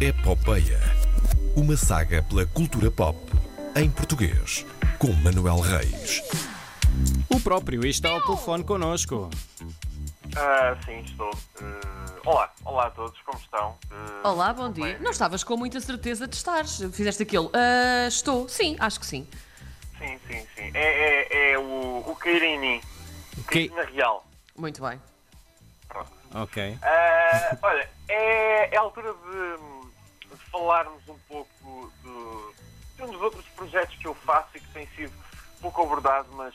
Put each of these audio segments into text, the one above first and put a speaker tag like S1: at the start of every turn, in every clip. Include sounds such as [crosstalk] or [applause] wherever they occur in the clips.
S1: Epopeia. Uma saga pela cultura pop em português, com Manuel Reis.
S2: O próprio está ao telefone connosco.
S3: Ah, sim, estou. Eh, olá, olá a todos, como estão? Eh,
S4: Olá, bom
S3: bem?
S4: dia. Não estavas com muita certeza de estares. Fizeste aquele. "Ah, estou. Sim, acho que sim.
S3: Sim, sim, sim. É, é, é o, o cair em mim.
S2: Que-
S3: Cair na real.
S4: Muito bem.
S3: Pronto.
S2: Ok.
S3: Ah, olha, é, é a altura de, de falarmos um pouco do, de um dos outros projetos que eu faço e que tem sido pouco abordado, mas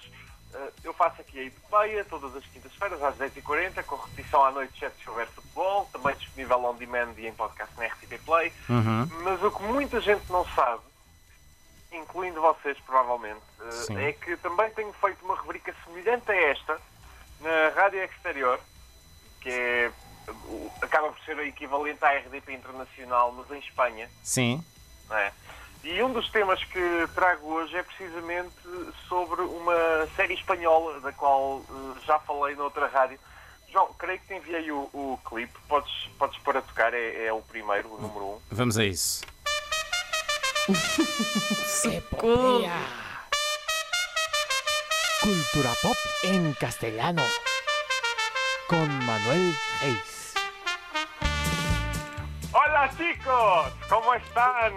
S3: ah, eu faço aqui a Epopeia todas as quintas-feiras às 10h40, com repetição à noite, exceto se houver futebol, também disponível on demand e em podcast na RTP Play. Mas o que muita gente não sabe, incluindo vocês provavelmente, ah,
S2: Sim.
S3: é que também tenho feito uma rubrica semelhante a esta na Rádio Exterior que é, o- acaba por ser o equivalente à RDP Internacional, mas em Espanha.
S2: Sim.
S3: Não é? E um dos temas que trago hoje é precisamente sobre uma série espanhola, da qual eh, já falei noutra rádio. João, creio que te enviei o, o clipe, podes, podes pôr a tocar, é, é o primeiro, o número um.
S2: Vamos a isso.
S5: Cultura pop en castellano con Manuel Reis.
S3: Hola chicos, ¿cómo están?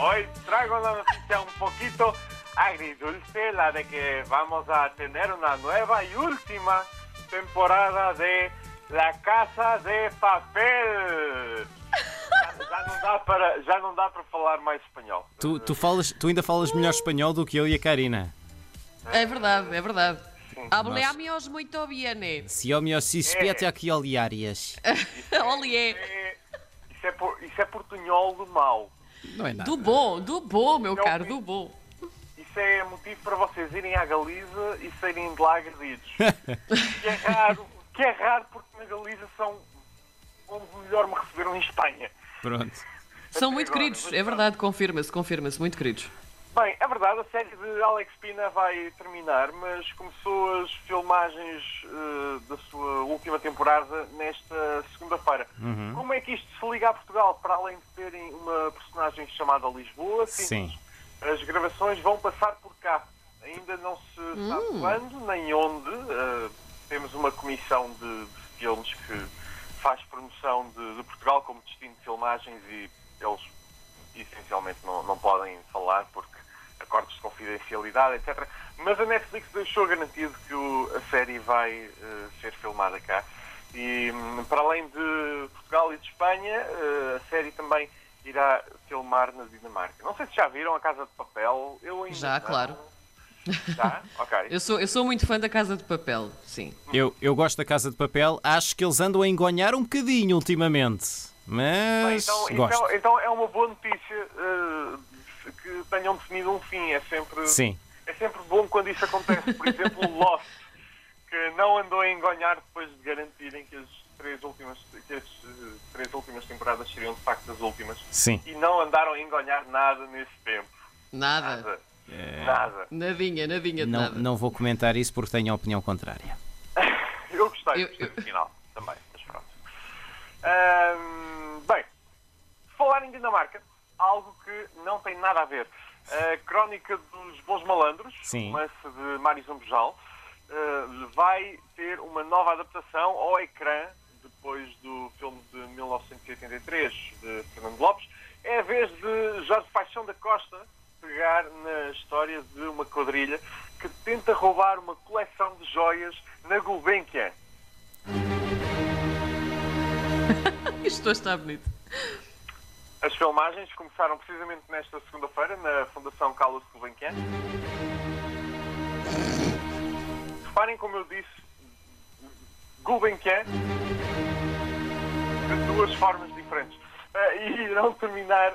S3: Hoy traigo una noticia un poquito agridulce, la de que vamos a tener una nueva y última temporada de La Casa de Papel. Já, já não dá para, já não dá para falar mais espanhol.
S2: Tu, tu, falas, tu ainda falas melhor espanhol do que eu e a Karina.
S4: É verdade, é verdade. Hableamos muito [laughs] bien.
S2: Se eu me suspeito aqui oliárias.
S4: Olhe.
S3: É- isso, é por, isso é portunhol do mal.
S2: Não é nada.
S4: Do bom, do bom, meu
S3: Não,
S4: caro,
S3: é-
S4: do bom.
S3: Isso é motivo para vocês irem à Galiza e saírem de lá agredidos. que é raro, que é raro porque na Galiza são onde melhor me receberam em Espanha.
S2: Pronto.
S4: São
S3: Até
S4: muito
S3: agora,
S4: queridos,
S3: muito
S4: é
S3: bem.
S4: verdade, confirma-se, confirma-se, muito queridos.
S3: Bem, é verdade, a série de Alex Pina vai terminar, mas começou as filmagens eh, da sua última temporada nesta segunda-feira. Como é que isto se liga a Portugal? Para além de terem uma personagem chamada Lisboa,
S2: Sim.
S3: as gravações vão passar por cá. Ainda não se sabe quando nem onde. Uh, temos uma comissão de, de filmes que faz promoção de, de Portugal como destino de filmagens e eles essencialmente não, não podem falar porque acordos de confidencialidade, etc. Mas a Netflix deixou garantido que o- a série vai uh, ser filmada cá. E hum, para além de Portugal e de Espanha, eh, a série também irá filmar na Dinamarca. Não sei se já viram a Casa de Papel. Eu ainda
S4: Já,
S3: não.
S4: claro. [laughs]
S3: Já? Ok.
S4: Eu sou, eu sou muito fã da Casa de Papel, sim.
S2: Eu, eu gosto da Casa de Papel. Acho que eles andam a engonhar um bocadinho ultimamente.
S3: Bem,
S2: Mas
S3: então,
S2: gosto.
S3: então, então é uma boa notícia eh, que tenham definido um fim. É sempre,
S2: Sim.
S3: é sempre bom quando isso acontece. Por exemplo, o Lost, que não andou a enganhar depois de garantirem que as três últimas, que as, eh, três últimas temporadas seriam de facto as últimas.
S2: Sim.
S3: E não andaram a enganhar nada nesse tempo.
S4: Nada, É.
S3: Nada. Nada.
S4: nadinha, nadinha de
S2: Não,
S4: nada.
S2: não vou comentar isso porque tenho a opinião contrária.
S3: Eu gostei,
S4: Eu-
S3: gostei do
S4: eu-
S3: final também, mas pronto. Ahm, bem, falar em Dinamarca, algo que não tem nada a ver. A Crónica dos Bons Malandros,
S2: Sim.
S3: romance de Mário Zambojal, ah, vai ter uma nova adaptação ao ecrã depois do filme de 1983 de Fernando Lopes. É a vez de Jorge Paixão da Costa pegar na história de uma quadrilha que tenta roubar uma coleção de joias na Gulbenkian.
S4: Isto hoje está bonito.
S3: As filmagens começaram precisamente nesta segunda-feira na Fundação Carlos Gulbenkian. Reparem como eu disse Gulbenkian de duas formas diferentes. Ah, e irão terminar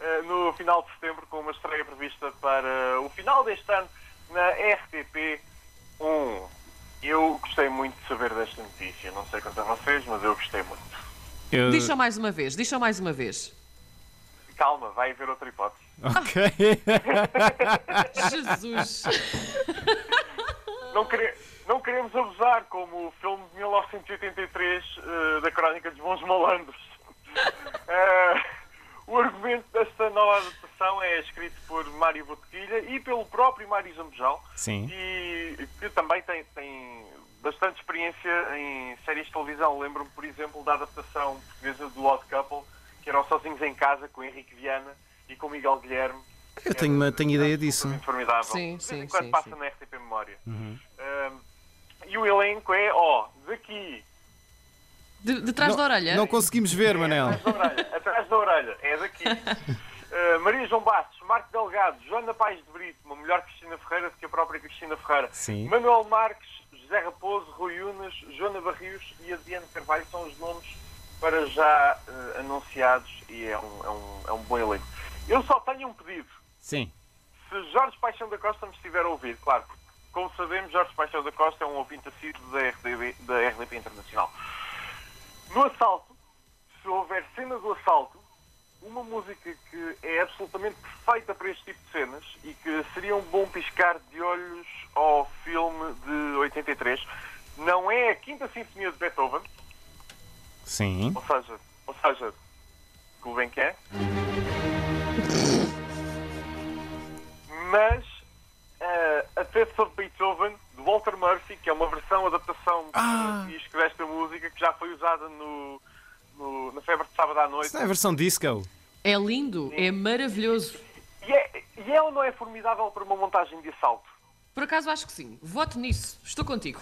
S3: ah, no final de setembro com uma estreia prevista para o final deste ano na RTP 1. Eu gostei muito de saber desta notícia. Não sei quanto a vocês, mas eu gostei muito.
S2: Eu...
S4: Diz só mais uma vez, diz só mais uma
S3: [laughs]
S4: vez.
S3: Calma, vai haver outra hipótese.
S2: Ok.
S4: [laughs] Jesus!
S3: Não, quere- não queremos abusar, como o filme de 1983 [laughs] eh, da Crónica dos Bons Malandros. Eh, esta nova adaptação é escrito por Mário Botequilha e pelo próprio Mário Zambojal,
S2: Sim.
S3: e que também tem, tem bastante experiência em séries de televisão. Lembro-me, por exemplo, da adaptação portuguesa do Odd Couple, que eram Sozinhos em Casa, com Henrique Viana e com Miguel Guilherme.
S2: Eu tenho, uma- tenho ideia disso. Uhum.
S3: Formidável.
S4: Sim,
S3: de vez
S4: sim,
S3: em quando
S4: sim,
S3: passa
S4: sim.
S3: na RTP Memória. Ahm, e o elenco é, ó, daqui É
S4: De, de trás
S2: Não-
S4: da orelha?
S2: Não conseguimos ver, Manel.
S3: Atrás da orelha, atrás da orelha, é
S4: [laughs]
S3: daqui. Uh, Maria João Bastos, Marco Delgado, Joana Paes de Brito, uma melhor Cristina Ferreira do que a própria Cristina Ferreira.
S2: Sim.
S3: Manuel Marques, José Raposo, Rui Unas, Joana Barrios e Adriano Carvalho são os nomes para já uh, anunciados e é um, é, um, é um bom elenco. Eu só tenho um pedido.
S2: Sim.
S3: Se Jorge Paixão da Costa me estiver a ouvir, claro, porque, como sabemos, Jorge Paixão da Costa é um ouvinte assíduo da RDB, da RDP Internacional. No assalto, se houver cena do assalto, uma música que é absolutamente perfeita para este tipo de cenas e que seria um bom piscar de olhos ao filme de 83, não é a Quinta Sinfonia de Beethoven,
S2: Sim.
S3: ou seja, ou seja, Gulbenkian, mas eh, a Fifth of Beethoven de Walter Murphy, que é uma versão, adaptação
S2: Ah.
S3: de disco desta música que já foi usada no, no- na Febre de Sábado à Noite.
S2: Isto é a versão disco.
S4: É lindo, é maravilhoso.
S3: E, é, e ela não é formidável para uma montagem de assalto.
S4: Por acaso acho que sim. Voto nisso. Estou contigo.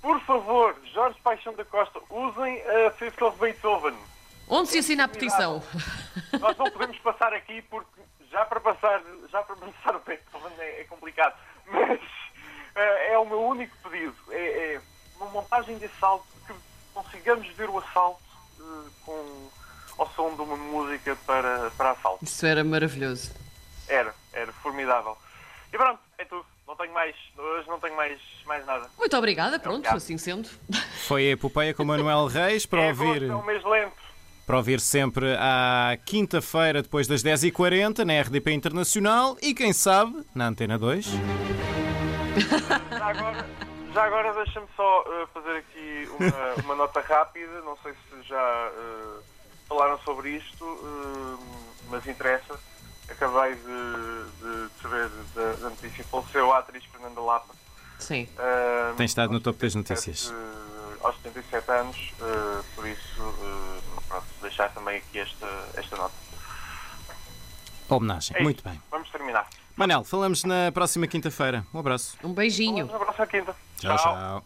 S3: Por favor, Jorge Paixão da Costa, usem a Fifth of Beethoven.
S4: Onde se assina a petição?
S3: Nós não podemos passar aqui porque já para passar, já para passar o Beethoven é, é complicado. Mas eh, é o meu único pedido. É, é uma montagem de assalto que consigamos ver o assalto eh, com, ao som de uma música para, para assalto.
S4: [laughs] Isso era maravilhoso.
S3: Era, era formidável. E pronto, é tudo. Não tenho mais, hoje não tenho mais, mais nada.
S4: Muito obrigada, pronto,
S3: Obrigado.
S4: assim sendo.
S2: Foi a epopeia com Manuel Reis para
S3: é
S2: ouvir.
S3: agosto, é um mês lento.
S2: para ouvir sempre à quinta-feira, depois das 10h40, na RDP Internacional e, quem sabe, na Antena 2.
S3: Já agora, já agora deixa-me só eh, fazer aqui uma, uma nota rápida. Não sei se já eh, falaram sobre isto, eh, mas interessa. Acabei de, de saber da, da notícia. Faleceu a atriz Fernanda Lapa.
S4: Sim.
S3: eh,
S2: Tem estado no topo das
S3: eh,
S2: notícias.
S3: aos 77 anos, eh, por isso, eh, pronto, deixar também aqui esta, esta nota.
S2: Homenagem.
S3: É
S2: Muito
S3: isto.
S2: bem.
S3: Vamos terminar.
S2: Manel, falamos na próxima quinta-feira. Um abraço.
S4: Um beijinho.
S3: Vamos na próxima quinta.
S2: tchau.